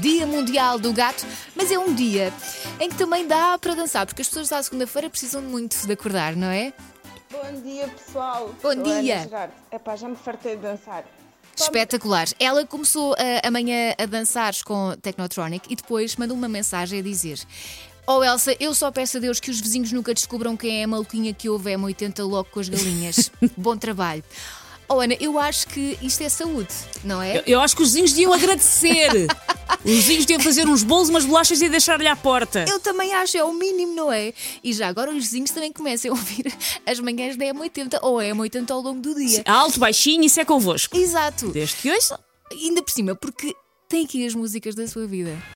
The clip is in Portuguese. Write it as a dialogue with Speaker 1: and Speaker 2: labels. Speaker 1: Dia Mundial do Gato, mas é um dia em que também dá para dançar, porque as pessoas à segunda-feira precisam muito de acordar, não é?
Speaker 2: Bom dia, pessoal.
Speaker 1: Bom
Speaker 2: Sou
Speaker 1: dia.
Speaker 2: Ana Gerardo. Epá, já me fartei de dançar.
Speaker 1: Espetacular. Ela começou ah, amanhã a dançar com Technotronic e depois mandou uma mensagem a dizer: Oh Elsa, eu só peço a Deus que os vizinhos nunca descubram quem é a maluquinha que houve M80 logo com as galinhas. Bom trabalho. Oh Ana, eu acho que isto é saúde, não é?
Speaker 3: Eu, eu acho que os vizinhos deviam agradecer. os vizinhos deviam fazer uns bolos, umas bolachas e deixar-lhe à porta.
Speaker 1: Eu também acho, é o mínimo, não é? E já agora os vizinhos também começam a ouvir as manhãs da M80 ou a M80 ao longo do dia.
Speaker 3: Alto, baixinho, isso é convosco.
Speaker 1: Exato.
Speaker 3: Desde que hoje
Speaker 1: Ainda por cima, porque tem aqui as músicas da sua vida.